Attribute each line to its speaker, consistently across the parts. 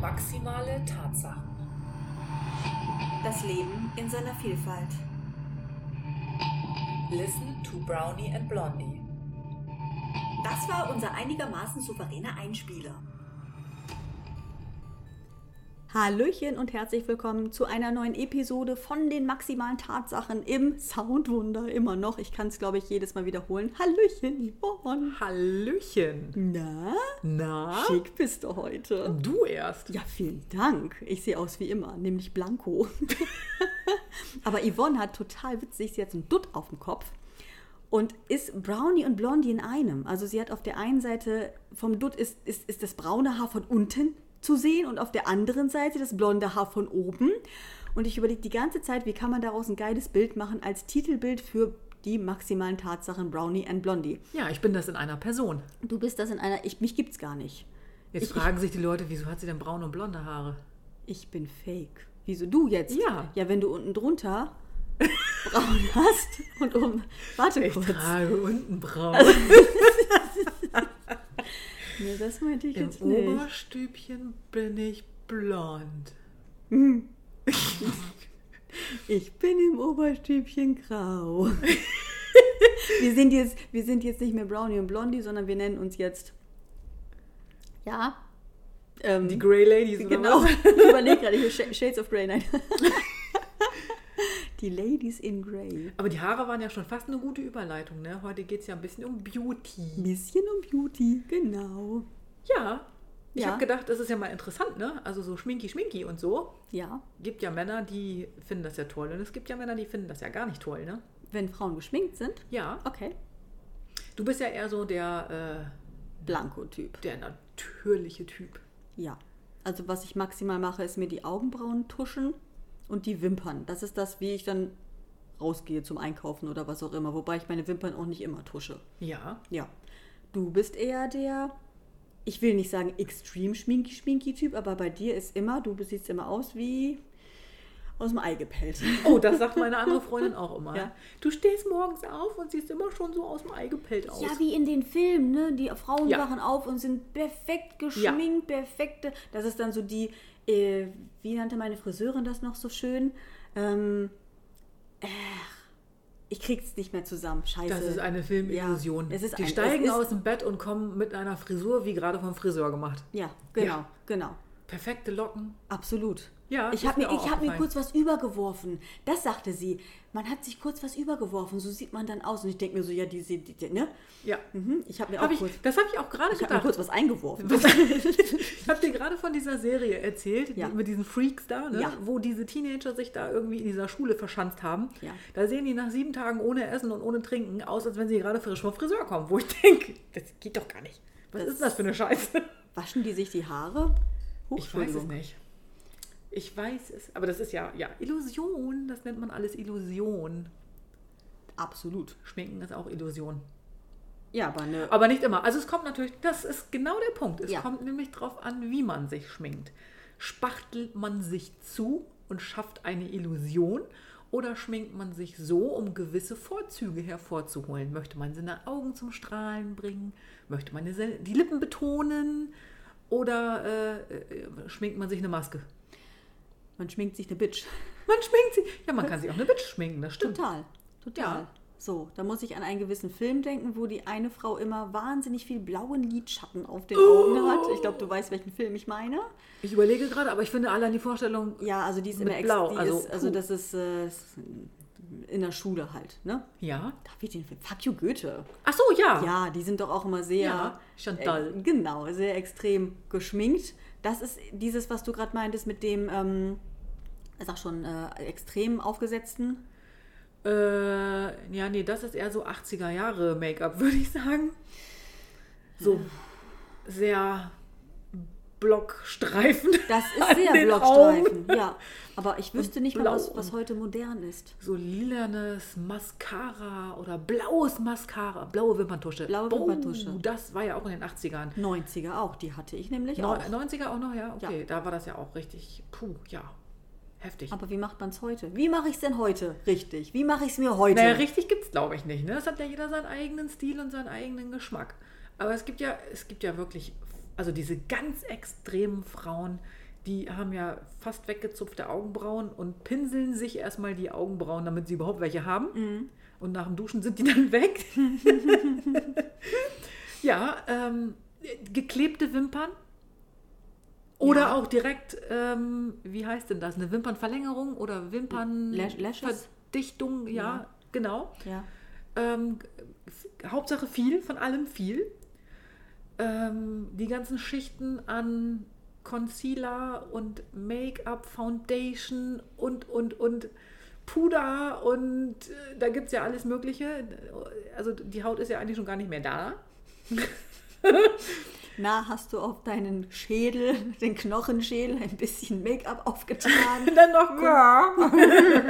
Speaker 1: Maximale Tatsachen.
Speaker 2: Das Leben in seiner Vielfalt.
Speaker 1: Listen to Brownie and Blondie.
Speaker 2: Das war unser einigermaßen souveräner Einspieler.
Speaker 3: Hallöchen und herzlich willkommen zu einer neuen Episode von den maximalen Tatsachen im Soundwunder. Immer noch, ich kann es glaube ich jedes Mal wiederholen. Hallöchen, Yvonne.
Speaker 4: Hallöchen.
Speaker 3: Na,
Speaker 4: Na?
Speaker 3: schick bist du heute.
Speaker 4: Du erst.
Speaker 3: Ja, vielen Dank. Ich sehe aus wie immer, nämlich blanco. Aber Yvonne hat total witzig, sie hat so einen Dutt auf dem Kopf und ist Brownie und Blondie in einem. Also sie hat auf der einen Seite vom Dutt ist, ist, ist das braune Haar von unten zu sehen und auf der anderen Seite das blonde Haar von oben. Und ich überlege die ganze Zeit, wie kann man daraus ein geiles Bild machen als Titelbild für die maximalen Tatsachen Brownie and Blondie.
Speaker 4: Ja, ich bin das in einer Person.
Speaker 3: Du bist das in einer, ich, mich gibt's gar nicht.
Speaker 4: Jetzt fragen sich die Leute, wieso hat sie denn braune und blonde Haare?
Speaker 3: Ich bin fake. Wieso du jetzt?
Speaker 4: Ja.
Speaker 3: Ja, wenn du unten drunter braun hast und oben. Warte
Speaker 4: Ich
Speaker 3: kurz.
Speaker 4: trage unten braun.
Speaker 3: Nee, das meinte ich
Speaker 4: Im
Speaker 3: jetzt nicht.
Speaker 4: Oberstübchen bin ich blond.
Speaker 3: Ich bin im Oberstübchen grau. wir, sind jetzt, wir sind jetzt nicht mehr Brownie und Blondie, sondern wir nennen uns jetzt. Ja. Ähm,
Speaker 4: Die Grey Ladies
Speaker 3: genau.
Speaker 4: oder
Speaker 3: Ich überlege gerade hier Sh- Shades of Grey. Nein. Die Ladies in Grey.
Speaker 4: Aber die Haare waren ja schon fast eine gute Überleitung, ne? Heute geht es ja ein bisschen um Beauty.
Speaker 3: Bisschen um Beauty, genau.
Speaker 4: Ja. Ich
Speaker 3: Ja.
Speaker 4: habe gedacht, das ist ja mal interessant, ne? Also so Schminki, Schminki und so.
Speaker 3: Ja,
Speaker 4: Gibt ja Männer, die finden das ja toll. Und es gibt ja Männer, die finden das ja gar nicht toll, ne?
Speaker 3: wenn Frauen geschminkt sind.
Speaker 4: Ja.
Speaker 3: Okay.
Speaker 4: Du bist ja eher so der,
Speaker 3: Blanko-Typ.
Speaker 4: äh, der natürliche Typ.
Speaker 3: Ja. Also was ich maximal mache, ist mir die Augenbrauen tuschen und die Wimpern. Das ist das, wie ich dann rausgehe zum Einkaufen oder was auch immer. Wobei ich meine Wimpern auch nicht immer tusche.
Speaker 4: Ja.
Speaker 3: Ja. Du bist eher der, ich will nicht sagen extrem schminky-schminky-Typ, aber bei dir ist immer, du siehst immer aus wie aus dem Ei gepellt.
Speaker 4: Oh, das sagt meine andere Freundin auch immer.
Speaker 3: Ja.
Speaker 4: Du stehst morgens auf und siehst immer schon so aus dem Ei gepellt aus.
Speaker 3: Ja, wie in den Filmen, ne? Die Frauen
Speaker 4: Ja.
Speaker 3: wachen auf und sind perfekt geschminkt, perfekte. Das ist dann so die, äh, wie nannte meine Friseurin das noch so schön? Ähm, äh, ich krieg's nicht mehr zusammen. Scheiße.
Speaker 4: das ist eine Filmillusion.
Speaker 3: Ja, es ist
Speaker 4: Die
Speaker 3: ein-
Speaker 4: steigen
Speaker 3: es ist-
Speaker 4: aus dem Bett und kommen mit einer Frisur, wie gerade vom Friseur gemacht.
Speaker 3: Ja, genau,
Speaker 4: Ja.
Speaker 3: genau.
Speaker 4: Perfekte Locken.
Speaker 3: Absolut.
Speaker 4: Ja,
Speaker 3: ich
Speaker 4: ist
Speaker 3: habe mir,
Speaker 4: mir auch
Speaker 3: ich hab mir
Speaker 4: aufgefallen.
Speaker 3: kurz was übergeworfen. Das sagte sie. Man hat sich kurz was übergeworfen. So sieht man dann aus. Und ich denke mir so, ja, die, die, die, die ne?
Speaker 4: Ja.
Speaker 3: Mhm, ich habe mir
Speaker 4: Hab
Speaker 3: auch
Speaker 4: ich,
Speaker 3: kurz,
Speaker 4: das habe ich auch gerade
Speaker 3: ich hab mir
Speaker 4: gedacht.
Speaker 3: kurz was eingeworfen.
Speaker 4: Ich habe dir gerade von dieser Serie erzählt,
Speaker 3: Ja.
Speaker 4: die- mit diesen Freaks da, ne?
Speaker 3: Ja.
Speaker 4: wo diese Teenager sich da irgendwie in dieser Schule verschanzt haben.
Speaker 3: Ja.
Speaker 4: Da sehen die nach sieben Tagen ohne Essen und ohne Trinken aus, als wenn sie gerade frisch vom Friseur kommen. Wo ich denke, das geht doch gar nicht. Was
Speaker 3: Das-
Speaker 4: ist das für eine Scheiße?
Speaker 3: Waschen die sich die Haare? Huch,
Speaker 4: Ich weiß es
Speaker 3: Entschuldigung.
Speaker 4: nicht. Ich weiß es. Aber das ist ja, ja, Illusion. Das nennt man alles Illusion.
Speaker 3: Absolut.
Speaker 4: Schminken ist auch Illusion.
Speaker 3: Ja, aber eine.
Speaker 4: Aber nicht immer. Also es kommt natürlich, das ist genau der Punkt. Es
Speaker 3: Ja.
Speaker 4: kommt nämlich darauf an, wie man sich schminkt. Spachtelt man sich zu und schafft eine Illusion oder schminkt man sich so, um gewisse Vorzüge hervorzuholen? Möchte man seine Augen zum Strahlen bringen? Möchte man die die Lippen betonen? Oder äh, äh, schminkt man sich eine Maske?
Speaker 3: Man schminkt sich eine Bitch.
Speaker 4: Man schminkt sich. Ja, man kann sich auch eine Bitch schminken, das stimmt.
Speaker 3: Total. Total.
Speaker 4: Ja.
Speaker 3: So, da muss ich an einen gewissen Film denken, wo die eine Frau immer wahnsinnig viel blauen Lidschatten auf den
Speaker 4: Oh.
Speaker 3: Augen hat. Ich glaube, du weißt, welchen Film ich meine.
Speaker 4: Ich überlege gerade, aber ich finde allein die Vorstellung,
Speaker 3: Ja, also die ist
Speaker 4: Mit
Speaker 3: immer ex-
Speaker 4: blau,
Speaker 3: die
Speaker 4: also,
Speaker 3: ist, also
Speaker 4: puh.
Speaker 3: das ist äh, in der Schule halt, ne?
Speaker 4: ja.
Speaker 3: Da wird den Film. Fuck you Goethe.
Speaker 4: Ach so, ja.
Speaker 3: Ja, die sind doch auch immer sehr.
Speaker 4: Ah. Ja, Chantal.
Speaker 3: Äh, genau, sehr extrem geschminkt. Das ist dieses, was du gerade meintest, mit dem, ähm, sag schon, äh, extrem aufgesetzten.
Speaker 4: Äh, ja, nee, das ist eher so 80er Jahre Make-up, würde ich sagen. So sehr Blockstreifen.
Speaker 3: Das
Speaker 4: an
Speaker 3: ist sehr
Speaker 4: den
Speaker 3: Blockstreifen, ja. Aber ich wüsste nicht mal,
Speaker 4: blau
Speaker 3: was,
Speaker 4: und-
Speaker 3: was heute modern ist.
Speaker 4: So lilanes Mascara oder blaues Mascara, blaue Wimperntusche.
Speaker 3: Blaue
Speaker 4: Boah,
Speaker 3: Wimperntusche.
Speaker 4: Das war ja auch in den 80ern.
Speaker 3: 90er auch, die hatte ich nämlich
Speaker 4: Neu-
Speaker 3: auch.
Speaker 4: 90er auch noch, ja? Okay,
Speaker 3: Ja.
Speaker 4: da war das ja auch richtig, puh, ja, heftig.
Speaker 3: Aber wie macht man es heute? Wie mache ich es denn heute? Richtig. Wie mache ich es mir heute?
Speaker 4: Naja, richtig gibt's glaube ich nicht. Ne? Es hat ja jeder seinen eigenen Stil und seinen eigenen Geschmack. Aber es gibt ja, es gibt ja wirklich, also diese ganz extremen Frauen, die haben ja fast weggezupfte Augenbrauen und pinseln sich erstmal die Augenbrauen, damit sie überhaupt welche haben. Und nach dem Duschen sind die dann weg. ja, ähm, geklebte Wimpern. Oder
Speaker 2: Ja.
Speaker 4: auch direkt, ähm, wie heißt denn das? Eine Wimpernverlängerung oder
Speaker 3: Lash- Lashes?
Speaker 4: Wimpernverdichtung, ja,
Speaker 3: Ja.
Speaker 4: genau.
Speaker 3: Ja.
Speaker 4: Ähm, f- Hauptsache viel, von allem viel. Ähm, die ganzen Schichten an Concealer und Make-up, Foundation und, und, und Puder und äh, da gibt es ja alles Mögliche. Also die Haut ist ja eigentlich schon gar nicht mehr da.
Speaker 3: Na, hast du auf deinen Schädel, den Knochenschädel, ein bisschen Make-up aufgetan?
Speaker 4: Dann noch Kon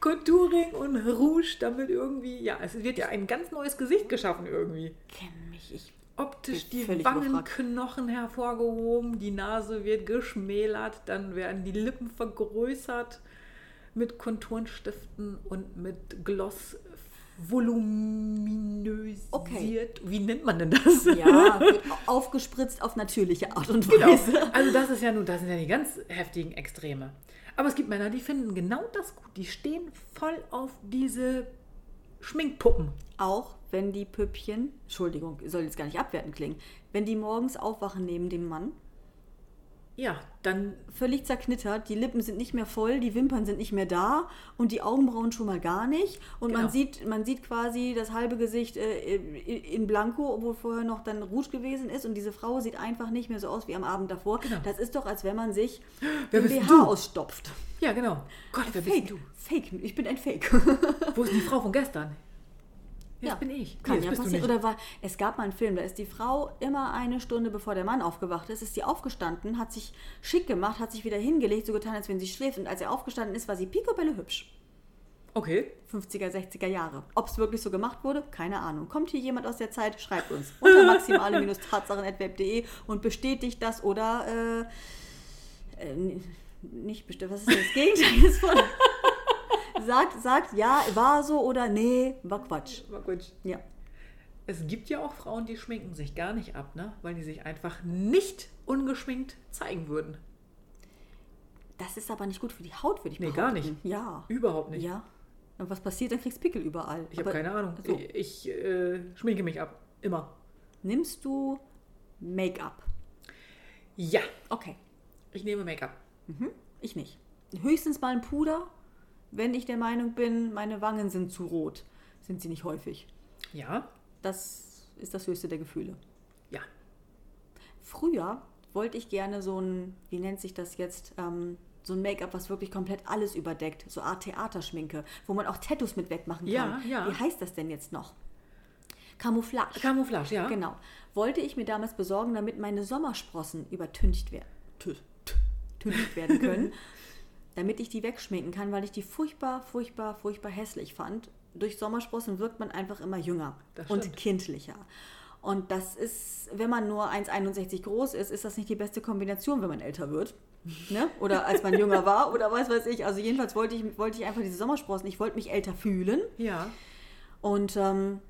Speaker 4: Contouring und Rouge, damit irgendwie, ja, es wird ja ein ganz neues Gesicht geschaffen irgendwie.
Speaker 3: Kenn mich, ich.
Speaker 4: optisch
Speaker 3: Bin
Speaker 4: die
Speaker 3: völlig
Speaker 4: Wangenknochen hervorgehoben, die Nase wird geschmälert, dann werden die Lippen vergrößert mit Konturenstiften und mit Gloss voluminösiert.
Speaker 3: Okay.
Speaker 4: Wie nennt man denn das?
Speaker 3: Ja, wird au- aufgespritzt auf natürliche Art und
Speaker 4: Genau.
Speaker 3: Weise.
Speaker 4: Also das ist ja nun, das sind ja die ganz heftigen Extreme. Aber es gibt Männer, die finden genau das gut. Die stehen voll auf diese Schminkpuppen.
Speaker 3: Auch wenn die Püppchen, Entschuldigung, soll jetzt gar nicht abwertend klingen, wenn die morgens aufwachen neben dem Mann,
Speaker 4: Ja, dann
Speaker 3: völlig zerknittert, die Lippen sind nicht mehr voll, die Wimpern sind nicht mehr da und die Augenbrauen schon mal gar nicht. Und
Speaker 4: Genau.
Speaker 3: man, sieht, man sieht quasi das halbe Gesicht äh, in Blanco, obwohl vorher noch dann Rouge gewesen ist. Und diese Frau sieht einfach nicht mehr so aus wie am Abend davor. Das ist doch, als wenn man sich
Speaker 4: Genau. Wer
Speaker 3: den
Speaker 4: bist
Speaker 3: BH
Speaker 4: du?
Speaker 3: ausstopft.
Speaker 4: ja genau. Gott, wer bist
Speaker 3: Fake,
Speaker 4: du?
Speaker 3: Fake, ich bin ein Fake.
Speaker 4: Wo ist die Frau von gestern? Jetzt
Speaker 3: Ja,
Speaker 4: bin ich.
Speaker 3: Kann
Speaker 4: nee,
Speaker 3: ja
Speaker 4: jetzt bist du
Speaker 3: passieren.
Speaker 4: nicht.
Speaker 3: Oder war, es gab mal einen Film, da ist die Frau immer eine Stunde bevor der Mann aufgewacht ist, ist sie aufgestanden, hat sich schick gemacht, hat sich wieder hingelegt, so getan, als wenn sie schläft. Und als er aufgestanden ist, war sie picobello hübsch.
Speaker 4: Okay.
Speaker 3: 50er, 60er Jahre. Ob es wirklich so gemacht wurde, keine Ahnung. Kommt hier jemand aus der Zeit, schreibt uns unter maximale-tatsachen.web.de und bestätigt das oder äh, äh, n- nicht bestätigt. Was ist denn das Gegenteil des von? sagt, sagt, ja, war so oder nee, war Quatsch.
Speaker 4: War gut.
Speaker 3: Ja.
Speaker 4: Es gibt ja auch Frauen, die schminken sich gar nicht ab, ne? weil die sich einfach nicht ungeschminkt zeigen würden.
Speaker 3: Das ist aber nicht gut für die Haut, würde ich
Speaker 4: Nee,
Speaker 3: behaupten.
Speaker 4: gar nicht.
Speaker 3: Ja.
Speaker 4: Überhaupt nicht.
Speaker 3: Ja. Und was passiert, dann kriegst du Pickel überall.
Speaker 4: Ich habe
Speaker 3: Aber also,
Speaker 4: keine Ahnung.
Speaker 3: so.
Speaker 4: Ich, ich äh, schminke mich ab. Immer.
Speaker 3: Nimmst du Make-up?
Speaker 4: Ja,
Speaker 3: Okay.
Speaker 4: ich nehme Make-up.
Speaker 3: Ich nicht. Höchstens mal ein Puder, wenn ich der Meinung bin, meine Wangen sind zu rot. Sind sie nicht häufig.
Speaker 4: Ja,
Speaker 3: Das ist das höchste der Gefühle.
Speaker 4: ja.
Speaker 3: Früher wollte ich gerne so ein, wie nennt sich das jetzt, ähm, so ein Make-up, was wirklich komplett alles überdeckt. So Art Theaterschminke, wo man auch Tattoos mit wegmachen
Speaker 4: Ja,
Speaker 3: kann.
Speaker 4: ja.
Speaker 3: Wie heißt das denn jetzt noch? Camouflage.
Speaker 4: Camouflage, ja.
Speaker 3: Genau. Wollte ich mir damals besorgen, damit meine Sommersprossen übertüncht werden, tü- tü- tüncht werden können, damit ich die wegschminken kann, weil ich die furchtbar, furchtbar, furchtbar hässlich fand. Durch Sommersprossen wirkt man einfach immer jünger
Speaker 4: Das
Speaker 3: und
Speaker 4: stimmt.
Speaker 3: kindlicher. Und das ist, wenn man nur 1,61 groß ist, ist das nicht die beste Kombination, wenn man älter wird. Ne? Oder als man jünger war oder was weiß ich. Also jedenfalls wollte ich, wollte ich einfach diese Sommersprossen. Ich wollte mich älter fühlen.
Speaker 4: Ja,
Speaker 3: Und ähm,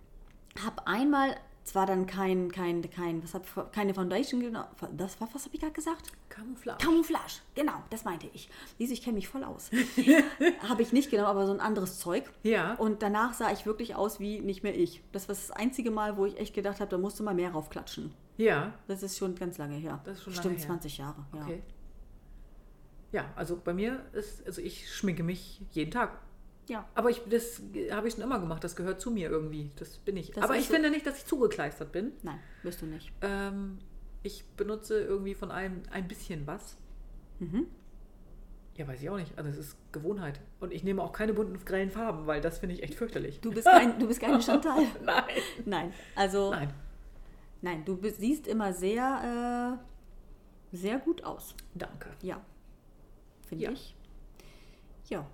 Speaker 3: habe einmal zwar dann kein, kein, kein, was hab, keine Foundation genommen, das war, was habe ich gerade gesagt?
Speaker 4: Camouflage.
Speaker 3: Camouflage, genau, das meinte ich. Lise, ich kenne mich voll aus. habe ich nicht genommen, aber so ein anderes Zeug.
Speaker 4: Ja.
Speaker 3: Und danach sah ich wirklich aus wie nicht mehr ich. Das war das einzige Mal, wo ich echt gedacht habe, da musste mal mehr raufklatschen.
Speaker 4: Ja,
Speaker 3: Das ist schon ganz lange her.
Speaker 4: Das ist schon lange
Speaker 3: Stimmt,
Speaker 4: her.
Speaker 3: 20 Jahre. Ja.
Speaker 4: okay. Ja, also bei mir ist, also ich schminke mich jeden Tag
Speaker 3: ja.
Speaker 4: Aber ich, das habe ich schon immer gemacht. Das gehört zu mir irgendwie. Das bin ich.
Speaker 3: Das
Speaker 4: Aber
Speaker 3: ist
Speaker 4: ich
Speaker 3: so-
Speaker 4: finde nicht, dass ich zugekleistert bin.
Speaker 3: Nein, bist du nicht.
Speaker 4: Ähm, ich benutze irgendwie von allem ein bisschen was.
Speaker 3: Mhm.
Speaker 4: Ja, weiß ich auch nicht. Also es ist Gewohnheit. Und ich nehme auch keine bunten, grellen Farben, weil das finde ich echt fürchterlich.
Speaker 3: Du bist, kein, du bist keine Chantal.
Speaker 4: Nein.
Speaker 3: Nein, also.
Speaker 4: Nein.
Speaker 3: Nein, du bist, siehst immer sehr, äh, sehr gut aus.
Speaker 4: Danke.
Speaker 3: Ja. Finde
Speaker 4: Ja.
Speaker 3: ich. Ja.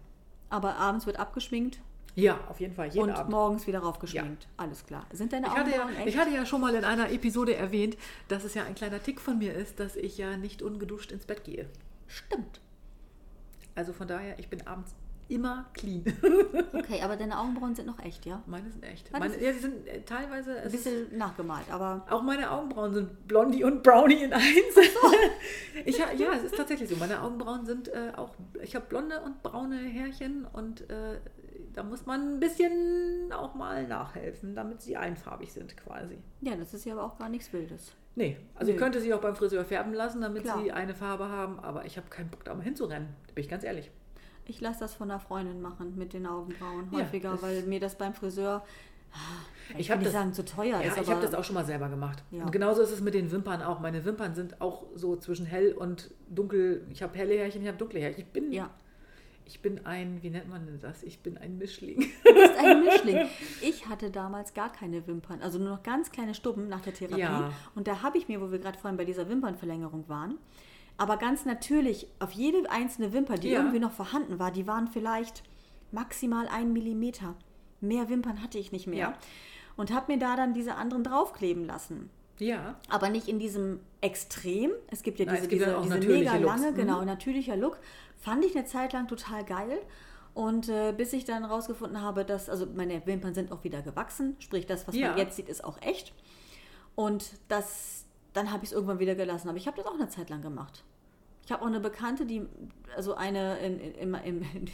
Speaker 3: Aber abends wird abgeschminkt
Speaker 4: Ja, auf jeden Fall. Jeden
Speaker 3: und
Speaker 4: Abend.
Speaker 3: morgens wieder raufgeschminkt. Alles klar. Sind deine
Speaker 4: Ich hatte, ja,
Speaker 3: Augenbrauen echt?
Speaker 4: ich hatte ja schon mal in einer Episode erwähnt, dass es ja ein kleiner Tick von mir ist, dass ich ja nicht ungeduscht ins Bett gehe.
Speaker 3: Stimmt.
Speaker 4: Also von daher, ich bin abends immer clean.
Speaker 3: Okay, aber deine Augenbrauen sind noch echt, ja?
Speaker 4: Meine sind echt.
Speaker 3: Ah, das
Speaker 4: Meine, ja, die sind äh, teilweise.
Speaker 3: Ein
Speaker 4: Es ist,
Speaker 3: bisschen nachgemalt, aber
Speaker 4: auch meine Augenbrauen sind Blondie und Brownie in eins. Ich, ha- ja, es ist tatsächlich so. Meine Augenbrauen sind äh, auch. Ich habe blonde und braune Härchen und äh, da muss man ein bisschen auch mal nachhelfen, damit sie einfarbig sind quasi.
Speaker 3: ja, das ist ja aber auch gar nichts Wildes.
Speaker 4: Nee, also ich
Speaker 3: Nee.
Speaker 4: könnte sie auch beim Friseur färben lassen, damit
Speaker 3: Klar.
Speaker 4: sie eine Farbe haben, aber ich habe keinen Bock, da mal hinzurennen. Da bin ich ganz ehrlich.
Speaker 3: Ich lasse das von einer Freundin machen mit den Augenbrauen
Speaker 4: Ja,
Speaker 3: häufiger,
Speaker 4: das-
Speaker 3: weil mir das beim Friseur, ah, ich,
Speaker 4: hab
Speaker 3: will nicht sagen, zu teuer
Speaker 4: Ja,
Speaker 3: ist,
Speaker 4: ich
Speaker 3: aber
Speaker 4: habe das auch schon mal selber gemacht.
Speaker 3: Ja.
Speaker 4: Und genauso ist es mit den Wimpern auch. Meine Wimpern sind auch so zwischen hell und dunkel. Ich habe helle Härchen, ich habe dunkle Härchen. Ich bin,
Speaker 3: ja,
Speaker 4: ich bin ein, wie nennt man das? Ich bin ein Mischling.
Speaker 3: du bist ein Mischling. Ich hatte damals gar keine Wimpern, also nur noch ganz kleine Stubben nach der Therapie.
Speaker 4: Ja.
Speaker 3: Und da habe ich mir, wo wir gerade vorhin bei dieser Wimpernverlängerung waren, aber ganz natürlich auf jede einzelne Wimper, die
Speaker 4: Ja.
Speaker 3: irgendwie noch vorhanden war, die waren vielleicht maximal einen Millimeter. Mehr Wimpern hatte ich nicht mehr.
Speaker 4: Ja.
Speaker 3: Und habe mir da dann diese anderen draufkleben lassen.
Speaker 4: Ja.
Speaker 3: aber nicht in diesem Extrem. Es gibt ja
Speaker 4: Nein,
Speaker 3: diese,
Speaker 4: es gibt ja
Speaker 3: diese,
Speaker 4: auch
Speaker 3: diese
Speaker 4: natürliche
Speaker 3: mega
Speaker 4: Looks.
Speaker 3: lange,
Speaker 4: Mhm.
Speaker 3: genau, natürlicher Look. Fand ich eine Zeit lang total geil. Und äh, bis ich dann rausgefunden habe, dass, also meine Wimpern sind auch wieder gewachsen, sprich das, was
Speaker 4: Ja.
Speaker 3: man jetzt sieht, ist auch echt. Und das, dann habe ich es irgendwann wieder gelassen. Aber ich habe das auch eine Zeit lang gemacht. Ich habe auch eine Bekannte, die, also eine in, in, in, in,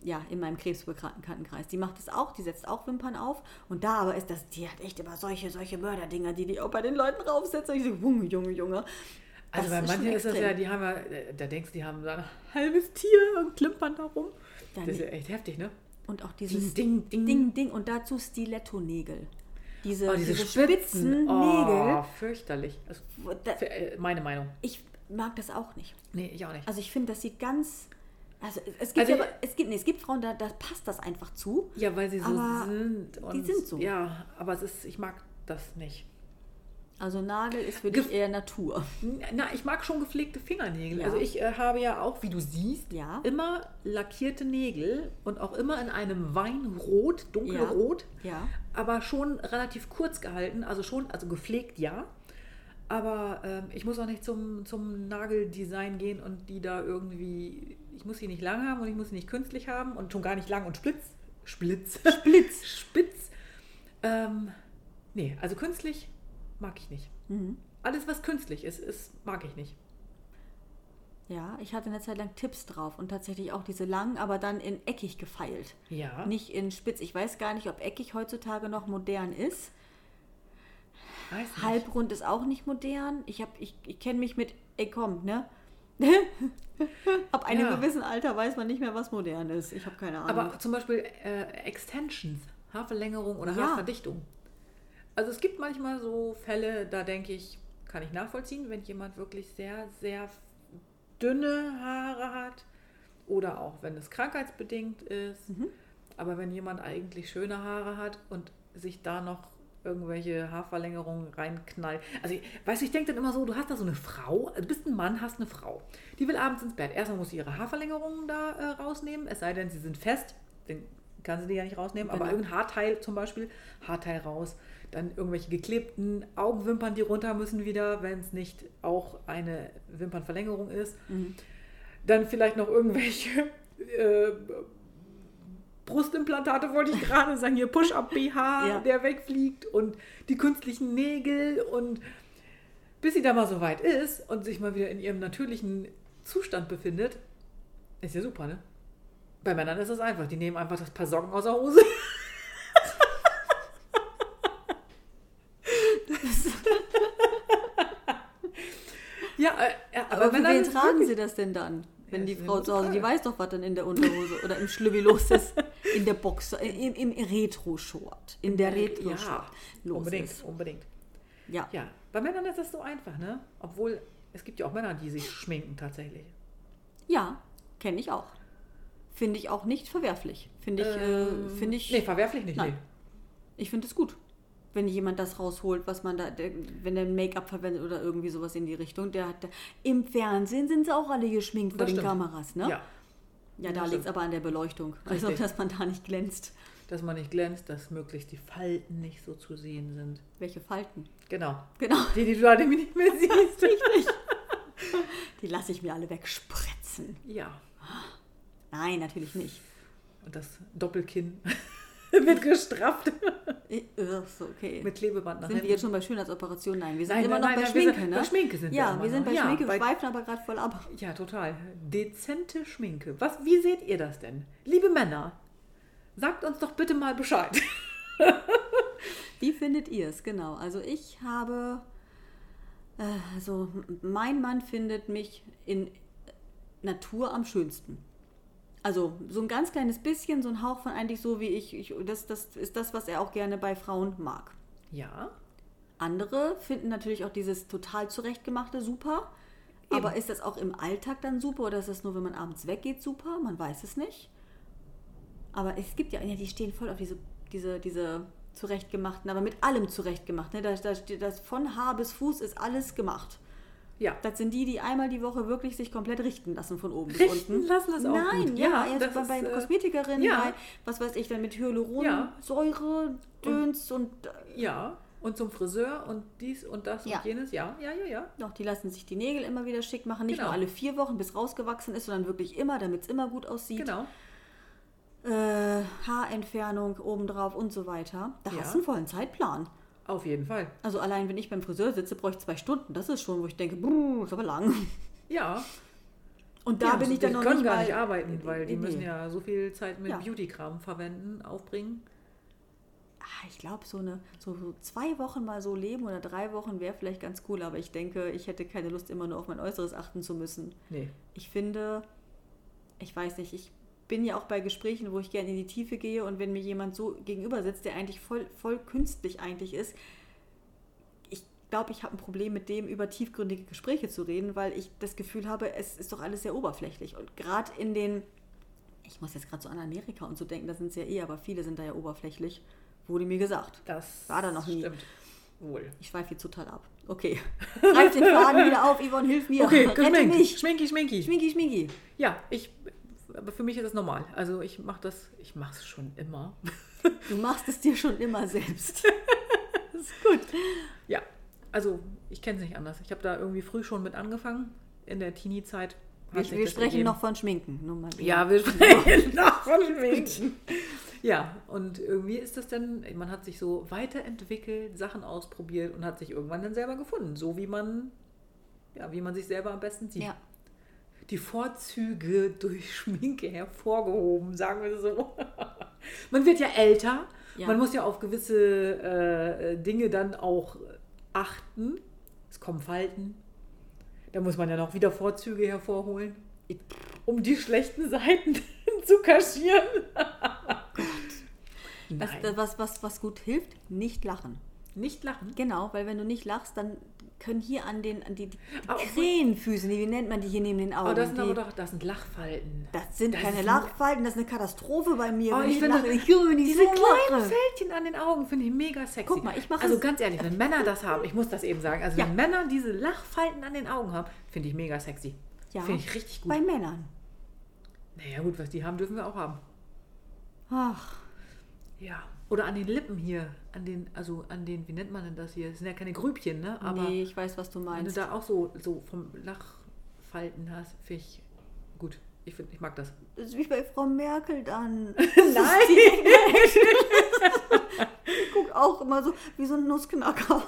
Speaker 3: ja, in meinem Krebsbekanntenkreis, die macht das auch, die setzt auch Wimpern auf. Und da aber ist das, die hat echt immer solche, solche Mörderdinger, die die auch bei den Leuten raufsetzt. Und ich so, Junge, Junge, Junge. Das
Speaker 4: Also bei
Speaker 3: ist
Speaker 4: manchen
Speaker 3: schon
Speaker 4: ist das
Speaker 3: extrem.
Speaker 4: ja, die haben ja, äh, da denkst du, die haben so ein halbes Tier und klimpern da rum.
Speaker 3: Ja,
Speaker 4: das ist
Speaker 3: nee.
Speaker 4: ja echt heftig, ne?
Speaker 3: Und auch dieses
Speaker 4: Ding, ding, ding.
Speaker 3: Ding, Ding. Und dazu Stiletto-Nägel. Diese,
Speaker 4: Oh,
Speaker 3: diese,
Speaker 4: diese,
Speaker 3: spitzen
Speaker 4: Spitzen. Oh,
Speaker 3: Nägel.
Speaker 4: fürchterlich. Also,
Speaker 3: wo- Da,
Speaker 4: für, äh, meine Meinung.
Speaker 3: ich mag das auch nicht.
Speaker 4: Nee, ich auch nicht.
Speaker 3: Also ich finde, das sieht ganz. Also es gibt,
Speaker 4: Also
Speaker 3: aber, es gibt, nee, es gibt Frauen, da, da passt das einfach zu.
Speaker 4: ja, weil sie so
Speaker 3: aber
Speaker 4: sind. Und,
Speaker 3: sind so.
Speaker 4: Ja, aber es ist, ich mag das nicht.
Speaker 3: Also Nagel ist für
Speaker 4: Ge-
Speaker 3: dich eher Natur.
Speaker 4: Na, ich mag schon gepflegte Fingernägel.
Speaker 3: Ja.
Speaker 4: Also ich äh, habe ja auch, wie du siehst,
Speaker 3: Ja.
Speaker 4: immer lackierte Nägel und auch immer in einem Weinrot, dunkelrot,
Speaker 3: Ja.
Speaker 4: aber schon relativ kurz gehalten. Also schon, also gepflegt, ja. Aber ähm, ich muss auch nicht zum, zum Nageldesign gehen und die da irgendwie, ich muss sie nicht lang haben und ich muss sie nicht künstlich haben und schon gar nicht lang und splitz. Splitz. Splitz. Spitz. Ähm, nee, also künstlich mag ich nicht.
Speaker 3: Mhm.
Speaker 4: Alles, was künstlich ist, ist mag ich nicht.
Speaker 3: Ja, ich hatte eine Zeit lang Tipps drauf und tatsächlich auch diese langen, aber dann in eckig gefeilt.
Speaker 4: Ja.
Speaker 3: Nicht in spitz. Ich weiß gar nicht, ob eckig heutzutage noch modern ist.
Speaker 4: Weiß nicht.
Speaker 3: Halbrund ist auch nicht modern. Ich, hab- ich, ich kenne mich mit, ey komm, ne? Ab einem
Speaker 4: Ja.
Speaker 3: gewissen Alter weiß man nicht mehr, was modern ist. Ich habe keine Ahnung.
Speaker 4: Aber zum Beispiel äh, Extensions, Haarverlängerung oder
Speaker 3: Ja.
Speaker 4: Haarverdichtung. Also es gibt manchmal so Fälle, da denke ich, kann ich nachvollziehen, wenn jemand wirklich sehr, sehr dünne Haare hat oder auch wenn es krankheitsbedingt ist. Aber wenn jemand eigentlich schöne Haare hat und sich da noch irgendwelche Haarverlängerungen reinknallt. Also, ich, weißt du, ich denke dann immer so, du hast da so eine Frau, du bist ein Mann, hast eine Frau. Die will abends ins Bett. Erstmal muss sie ihre Haarverlängerungen da äh, rausnehmen, es sei denn, sie sind fest, dann kann sie die ja nicht rausnehmen, aber
Speaker 3: Genau.
Speaker 4: irgendein Haarteil zum Beispiel, Haarteil raus. Dann irgendwelche geklebten Augenwimpern, die runter müssen wieder, wenn es nicht auch eine Wimpernverlängerung ist.
Speaker 3: Mhm.
Speaker 4: Dann vielleicht noch irgendwelche äh, Brustimplantate, wollte ich gerade sagen, hier Push-Up-BH,
Speaker 3: Ja.
Speaker 4: der wegfliegt und die künstlichen Nägel und bis sie da mal so weit ist und sich mal wieder in ihrem natürlichen Zustand befindet, ist ja super, ne? Bei Männern ist das einfach. Die nehmen einfach das Paar Socken aus der Hose. ja, äh, aber,
Speaker 3: Aber für
Speaker 4: Männern
Speaker 3: wen
Speaker 4: ist
Speaker 3: tragen
Speaker 4: wirklich-
Speaker 3: sie das denn dann? Wenn
Speaker 4: Ja,
Speaker 3: die
Speaker 4: ist eine
Speaker 3: Frau
Speaker 4: gute
Speaker 3: zu Hause, die
Speaker 4: Frage.
Speaker 3: weiß doch, was dann in der Unterhose oder im Schlübbi los ist. In der Box, im, im Retro-Short. In der Retro-Short.
Speaker 4: Äh, Ja,
Speaker 3: los
Speaker 4: unbedingt,
Speaker 3: Ist.
Speaker 4: unbedingt.
Speaker 3: Ja.
Speaker 4: Ja, bei Männern ist das so einfach, ne? Obwohl, es gibt ja auch Männer, die sich schminken tatsächlich.
Speaker 3: Ja, kenne ich auch. Finde ich auch nicht verwerflich. Finde ich, äh, finde ich,
Speaker 4: Ähm, Nee, verwerflich nicht,
Speaker 3: Nein.
Speaker 4: nee.
Speaker 3: ich finde es gut. Wenn jemand das rausholt, was man da, der, wenn der Make-up verwendet oder irgendwie sowas in die Richtung, der hat, im Fernsehen sind sie auch alle geschminkt vor
Speaker 4: Das
Speaker 3: den
Speaker 4: stimmt.
Speaker 3: Kameras, ne?
Speaker 4: Ja.
Speaker 3: Ja, da
Speaker 4: das
Speaker 3: liegt es
Speaker 4: stimmt.
Speaker 3: aber an der Beleuchtung. Also,
Speaker 4: Richtig.
Speaker 3: dass man da nicht glänzt.
Speaker 4: Dass man nicht glänzt, dass möglichst die Falten nicht so zu sehen sind.
Speaker 3: Welche Falten?
Speaker 4: Genau.
Speaker 3: Genau.
Speaker 4: Die, die du da nämlich nicht mehr siehst.
Speaker 3: Die lasse ich mir alle wegspritzen.
Speaker 4: ja.
Speaker 3: Nein, natürlich nicht.
Speaker 4: Und das Doppelkinn wird gestrafft
Speaker 3: Äh, äh, ist okay.
Speaker 4: mit Klebeband nach
Speaker 3: sind wir
Speaker 4: hinten.
Speaker 3: jetzt schon bei Schönheitsoperation? Nein, wir sind
Speaker 4: Nein,
Speaker 3: immer
Speaker 4: nein,
Speaker 3: noch
Speaker 4: nein,
Speaker 3: bei
Speaker 4: wir sind-
Speaker 3: Schminke, ne?
Speaker 4: bei Schminke sind wir
Speaker 3: Ja,
Speaker 4: immer
Speaker 3: wir sind
Speaker 4: noch.
Speaker 3: bei
Speaker 4: Ja,
Speaker 3: Schminke, wir
Speaker 4: bei-
Speaker 3: schweifen aber gerade voll ab.
Speaker 4: Ja, total. Dezente Schminke. Was, wie seht ihr das denn? Liebe Männer, sagt uns doch bitte mal Bescheid.
Speaker 3: Wie findet ihr es? Genau. Also ich habe, äh, also m- mein Mann findet mich in Natur am schönsten. Also so ein ganz kleines bisschen, so ein Hauch von eigentlich so wie ich, ich das, das ist das, was er auch gerne bei Frauen mag.
Speaker 4: Ja,
Speaker 3: Andere finden natürlich auch dieses total zurechtgemachte super. Aber ist das auch im Alltag dann super oder ist das nur, wenn man abends weggeht, super? Man weiß es nicht. Aber es gibt ja, ja die stehen voll auf diese, diese, diese zurechtgemachten, aber mit allem zurechtgemacht. Ne? Da, da, steht das von Haar bis Fuß ist alles gemacht.
Speaker 4: ja.
Speaker 3: Das sind die, die einmal die Woche wirklich sich komplett richten lassen von oben bis
Speaker 4: Richten
Speaker 3: unten.
Speaker 4: lassen ist auch
Speaker 3: Nein,
Speaker 4: gut.
Speaker 3: ja, ja
Speaker 4: das
Speaker 3: bei,
Speaker 4: ist,
Speaker 3: bei
Speaker 4: äh,
Speaker 3: Kosmetikerinnen,
Speaker 4: ja.
Speaker 3: bei, was weiß ich, dann mit Hyaluronsäure, Döns und äh,
Speaker 4: Ja, und zum Friseur und dies und das
Speaker 3: Ja.
Speaker 4: und jenes. Ja, ja, ja, ja.
Speaker 3: Doch, die lassen sich die Nägel immer wieder schick machen. Nicht
Speaker 4: Genau.
Speaker 3: nur alle vier Wochen, bis rausgewachsen ist, sondern wirklich immer, damit es immer gut aussieht.
Speaker 4: Genau.
Speaker 3: Äh, Haarentfernung obendrauf und so weiter. Da
Speaker 4: Ja.
Speaker 3: hast du einen vollen Zeitplan.
Speaker 4: Auf jeden Fall.
Speaker 3: Also allein, wenn ich beim Friseur sitze, brauche ich zwei Stunden. Das ist schon, wo ich denke, brr, ist aber lang.
Speaker 4: Ja.
Speaker 3: Und da
Speaker 4: ja, also
Speaker 3: bin ich dann noch
Speaker 4: können
Speaker 3: nicht
Speaker 4: gar
Speaker 3: mal-
Speaker 4: nicht arbeiten, weil die
Speaker 3: Nee.
Speaker 4: müssen ja so viel Zeit mit
Speaker 3: Ja.
Speaker 4: Beauty-Kram verwenden, aufbringen.
Speaker 3: Ah, Ich glaube, so, eine- so so zwei Wochen mal so leben oder drei Wochen wäre vielleicht ganz cool, aber ich denke, ich hätte keine Lust, immer nur auf mein Äußeres achten zu müssen.
Speaker 4: Nee.
Speaker 3: ich finde, ich weiß nicht, ich bin ja auch bei Gesprächen, wo ich gerne in die Tiefe gehe und wenn mir jemand so gegenüber sitzt, der eigentlich voll, voll künstlich eigentlich ist, ich glaube, ich habe ein Problem mit dem, über tiefgründige Gespräche zu reden, weil ich das Gefühl habe, es ist doch alles sehr oberflächlich. Und gerade in den, ich muss jetzt gerade so an Amerika und so denken, da sind es ja eh, aber viele sind da ja oberflächlich, wurde mir gesagt.
Speaker 4: Das
Speaker 3: War da noch nie.
Speaker 4: Stimmt. Wohl.
Speaker 3: Ich schweife hier total ab. Okay. Greif den Faden wieder auf, Yvonne, hilf mir.
Speaker 4: Okay,
Speaker 3: Rette
Speaker 4: geschminkt.
Speaker 3: mich.
Speaker 4: Schminki, schminki.
Speaker 3: Schminki, schminki.
Speaker 4: Ja, ich, aber für mich ist das normal. Also ich mache das, ich mache es schon immer.
Speaker 3: Du machst es dir schon immer selbst. Das ist gut.
Speaker 4: Ja, also ich kenne es nicht anders. Ich habe da irgendwie früh schon mit angefangen, in der Teenie-Zeit. hat
Speaker 3: Wir,
Speaker 4: sich
Speaker 3: wir
Speaker 4: das
Speaker 3: sprechen
Speaker 4: ergeben.
Speaker 3: noch von Schminken. Nur mal wieder.
Speaker 4: Ja, wir sprechen noch von Menschen. Ja, und irgendwie ist das dann, man hat sich so weiterentwickelt, Sachen ausprobiert und hat sich irgendwann dann selber gefunden, so wie man, ja, wie man sich selber am besten sieht.
Speaker 3: Ja.
Speaker 4: Die Vorzüge durch Schminke hervorgehoben, sagen wir so. man wird ja älter,
Speaker 3: Ja.
Speaker 4: man muss ja auf gewisse äh, Dinge dann auch achten. Es kommen Falten, da muss man ja noch wieder Vorzüge hervorholen, um die schlechten Seiten zu kaschieren.
Speaker 3: Das,
Speaker 4: Nein.
Speaker 3: das, was, was, was gut hilft, nicht lachen.
Speaker 4: Nicht lachen.
Speaker 3: Genau, weil wenn du nicht lachst, dann können hier an den an die, die
Speaker 4: Aber-
Speaker 3: Krähenfüßen, die, wie nennt man die hier neben den Augen?
Speaker 4: Oh, das sind
Speaker 3: die,
Speaker 4: aber doch, das sind Lachfalten.
Speaker 3: das sind
Speaker 4: das
Speaker 3: keine
Speaker 4: ist-
Speaker 3: Lachfalten, das ist eine Katastrophe bei mir.
Speaker 4: Oh,
Speaker 3: wenn
Speaker 4: ich
Speaker 3: ich
Speaker 4: finde-
Speaker 3: lache, ich höre, wenn ich
Speaker 4: Diese
Speaker 3: so lache.
Speaker 4: kleinen Fältchen an den Augen finde ich mega sexy.
Speaker 3: Guck mal, ich mache
Speaker 4: Also
Speaker 3: es-
Speaker 4: ganz ehrlich, wenn Männer das haben, ich muss das eben sagen, also
Speaker 3: Ja.
Speaker 4: wenn Männer diese Lachfalten an den Augen haben, finde ich mega sexy.
Speaker 3: Ja.
Speaker 4: Finde ich richtig gut.
Speaker 3: Bei Männern.
Speaker 4: Naja gut, was die haben, dürfen wir auch haben.
Speaker 3: Ach,
Speaker 4: Ja. Oder an den Lippen hier, an den, also an den, wie nennt man denn das hier? Das sind ja keine Grübchen, ne? Aber
Speaker 3: nee, ich weiß, was du
Speaker 4: wenn du
Speaker 3: meinst.
Speaker 4: da auch so, so vom Lachfalten hast, finde ich gut. Ich, find, ich mag das.
Speaker 3: Das ist wie bei Frau Merkel dann.
Speaker 4: Nein!
Speaker 3: guckt auch immer so wie so ein Nussknacker.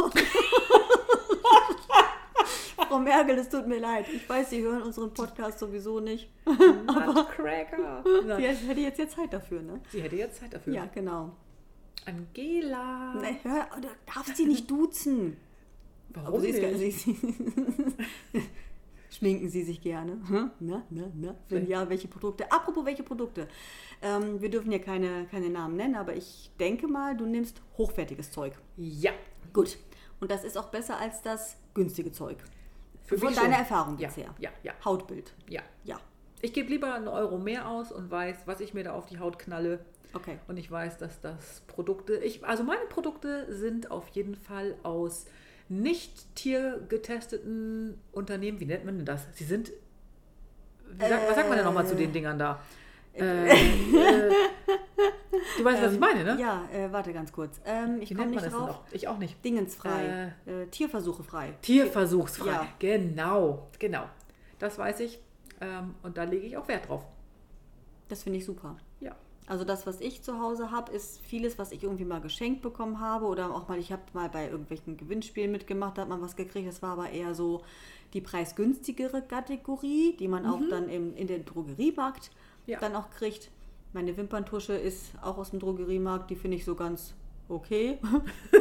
Speaker 3: Frau Merkel, es tut mir leid. Ich weiß, Sie hören unseren Podcast sowieso nicht.
Speaker 4: Nutcracker!
Speaker 3: Sie
Speaker 4: Nein.
Speaker 3: hätte jetzt ja Zeit dafür, ne?
Speaker 4: Sie hätte jetzt Zeit dafür.
Speaker 3: Ja, genau.
Speaker 4: Angela!
Speaker 3: Ne, hör, du darfst sie nicht duzen.
Speaker 4: Warum
Speaker 3: Aber sie ist
Speaker 4: nicht?
Speaker 3: gar- sie, sie Schminken Sie sich gerne. Hm? Na, na, na. Wenn ja, welche Produkte? Apropos welche Produkte? Ähm, wir dürfen ja keine, keine Namen nennen, aber ich denke mal, du nimmst hochwertiges Zeug.
Speaker 4: Ja.
Speaker 3: Gut. Und das ist auch besser als das günstige Zeug.
Speaker 4: Für
Speaker 3: Von
Speaker 4: mich
Speaker 3: deiner
Speaker 4: schon.
Speaker 3: Erfahrung
Speaker 4: ja,
Speaker 3: bisher.
Speaker 4: Ja, ja,
Speaker 3: Hautbild.
Speaker 4: ja.
Speaker 3: Ja.
Speaker 4: Ich gebe lieber einen Euro mehr aus und weiß, was ich mir da auf die Haut knalle.
Speaker 3: Okay.
Speaker 4: Und ich weiß, dass das Produkte. Ich, also meine Produkte sind auf jeden Fall aus nicht tiergetesteten Unternehmen. Wie nennt man denn das? Sie sind. Wie sagt, was sagt man denn nochmal zu den Dingern da? Äh, äh, du weißt, was ich meine, ne?
Speaker 3: Ja, äh, warte ganz kurz. Ähm, ich
Speaker 4: Wie
Speaker 3: komme
Speaker 4: nennt man
Speaker 3: nicht
Speaker 4: das denn
Speaker 3: drauf.
Speaker 4: noch? Ich auch nicht.
Speaker 3: Dingensfrei. Äh, Tierversuche frei.
Speaker 4: Tierversuchsfrei.
Speaker 3: Ja.
Speaker 4: Genau, genau. Das weiß ich. Ähm, und da lege ich auch Wert drauf.
Speaker 3: Das finde ich super.
Speaker 4: Ja.
Speaker 3: Also das, was ich zu Hause habe, ist vieles, was ich irgendwie mal geschenkt bekommen habe oder auch mal, ich habe mal bei irgendwelchen Gewinnspielen mitgemacht, da hat man was gekriegt. Das war aber eher so die preisgünstigere Kategorie, die man auch dann im, in den Drogeriemarkt
Speaker 4: Mhm. Ja.
Speaker 3: dann auch kriegt. Meine Wimperntusche ist auch aus dem Drogeriemarkt, die finde ich so ganz okay.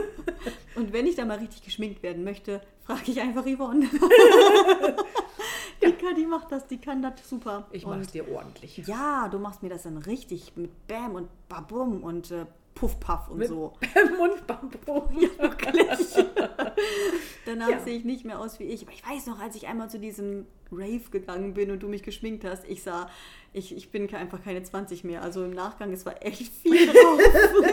Speaker 3: Und wenn ich da mal richtig geschminkt werden möchte, frage ich einfach Yvonne. Die, kann, die macht das, die kann das super.
Speaker 4: Ich
Speaker 3: Und-
Speaker 4: mache es dir ordentlich.
Speaker 3: ja, du machst mir das dann richtig mit Bam und Babum und äh, Puff Puff und
Speaker 4: Mit
Speaker 3: so.
Speaker 4: Mundbambo. Ja, wirklich.
Speaker 3: Danach
Speaker 4: Ja.
Speaker 3: sehe ich nicht mehr aus wie ich. Aber ich weiß noch, als ich einmal zu diesem Rave gegangen bin und du mich geschminkt hast, ich sah, ich, ich bin ke- einfach keine 20 mehr. Also im Nachgang, es war echt viel drauf.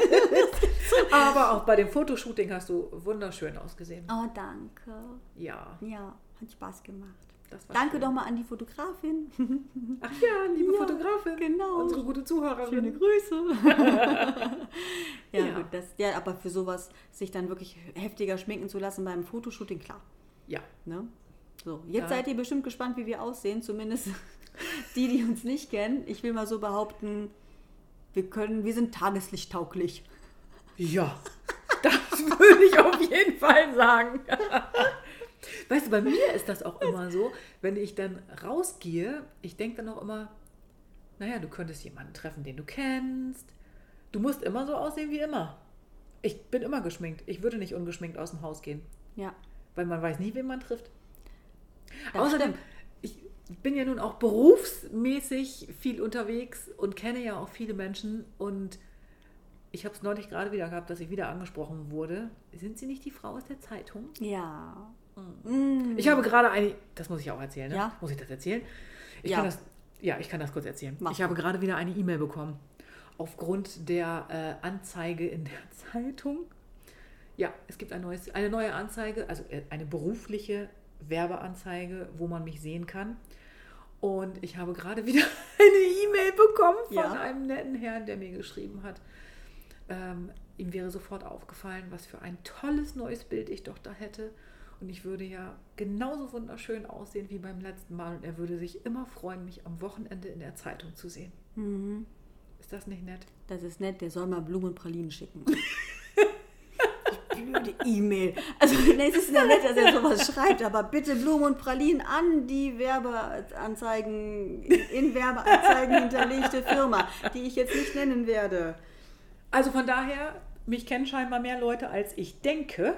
Speaker 4: Aber auch bei dem Fotoshooting hast du wunderschön ausgesehen.
Speaker 3: oh, danke.
Speaker 4: Ja,
Speaker 3: Ja, hat Spaß gemacht.
Speaker 4: das war
Speaker 3: Danke
Speaker 4: schön.
Speaker 3: doch mal an die Fotografin.
Speaker 4: Ach ja, liebe
Speaker 3: Ja,
Speaker 4: Fotografin.
Speaker 3: genau.
Speaker 4: Unsere gute Zuhörerin.
Speaker 3: Schöne Grüße. ja,
Speaker 4: Mhm. Ja.
Speaker 3: gut, das, ja, aber für sowas, sich dann wirklich heftiger schminken zu lassen beim Fotoshooting, klar.
Speaker 4: Ja,
Speaker 3: Ne? So, jetzt
Speaker 4: Ja.
Speaker 3: seid ihr bestimmt gespannt, wie wir aussehen, zumindest die, die uns nicht kennen. Ich will mal so behaupten, wir können, wir sind tageslichttauglich.
Speaker 4: Ja, das würde ich auf jeden Fall sagen. Weißt du, bei mir ist das auch immer so, wenn ich dann rausgehe, ich denke dann auch immer, naja, du könntest jemanden treffen, den du kennst. Du musst immer so aussehen wie immer. Ich bin immer geschminkt. Ich würde nicht ungeschminkt aus dem Haus gehen,
Speaker 3: Ja.
Speaker 4: weil man weiß nie, wen man trifft.
Speaker 3: Das
Speaker 4: Außerdem,
Speaker 3: stimmt.
Speaker 4: ich bin ja nun auch berufsmäßig viel unterwegs und kenne ja auch viele Menschen. Und ich habe es neulich gerade wieder gehabt, dass ich wieder angesprochen wurde. Sind Sie nicht die Frau aus der Zeitung?
Speaker 3: Ja.
Speaker 4: Ich habe gerade eine. Das muss ich auch erzählen, ne?
Speaker 3: Hm. Ja.
Speaker 4: Muss ich das erzählen? Ich
Speaker 3: Ja.
Speaker 4: Kann das, ja, ich kann das kurz erzählen.
Speaker 3: Mach.
Speaker 4: Ich habe gerade wieder eine E-Mail bekommen. Aufgrund der äh, Anzeige in der Zeitung. Ja, es gibt ein neues, eine neue Anzeige, also äh, eine berufliche Werbeanzeige, wo man mich sehen kann. Und ich habe gerade wieder eine E-Mail bekommen von
Speaker 3: Ja.
Speaker 4: einem netten Herrn, der mir geschrieben hat. Ähm, ihm wäre sofort aufgefallen, was für ein tolles neues Bild ich doch da hätte. Und ich würde ja genauso wunderschön aussehen wie beim letzten Mal. Und er würde sich immer freuen, mich am Wochenende in der Zeitung zu sehen. Ist das nicht nett?
Speaker 3: Das ist nett, der soll mal Blumen und Pralinen schicken. Die Blöde E-Mail. Also, nee, es ist ja nett, dass er sowas schreibt, aber bitte Blumen und Pralinen an die Werbeanzeigen, in Werbeanzeigen hinterlegte Firma, die ich jetzt nicht nennen werde.
Speaker 4: Also von daher, mich kennen scheinbar mehr Leute, als ich denke.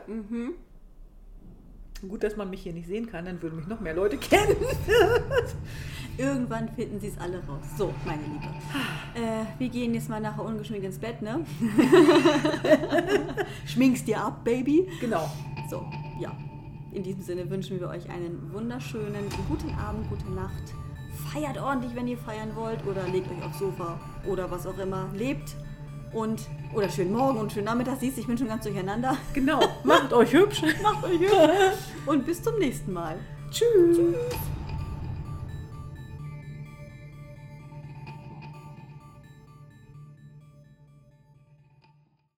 Speaker 4: Gut, dass man mich hier nicht sehen kann, dann würden mich noch mehr Leute kennen.
Speaker 3: Irgendwann finden sie es alle raus. So, meine Liebe. Äh, wir gehen jetzt mal nachher ungeschminkt ins Bett, ne? Schminkst dir ab, Baby.
Speaker 4: Genau.
Speaker 3: So, ja. In diesem Sinne wünschen wir euch einen wunderschönen guten Abend, gute Nacht. Feiert ordentlich, wenn ihr feiern wollt oder legt euch aufs Sofa oder was auch immer. Lebt und oder schönen Morgen und schönen Nachmittag. Siehst, du, ich bin schon ganz durcheinander.
Speaker 4: Genau. Macht euch hübsch.
Speaker 3: Macht euch gut. Und bis zum nächsten Mal. Tschüss. Tschüss.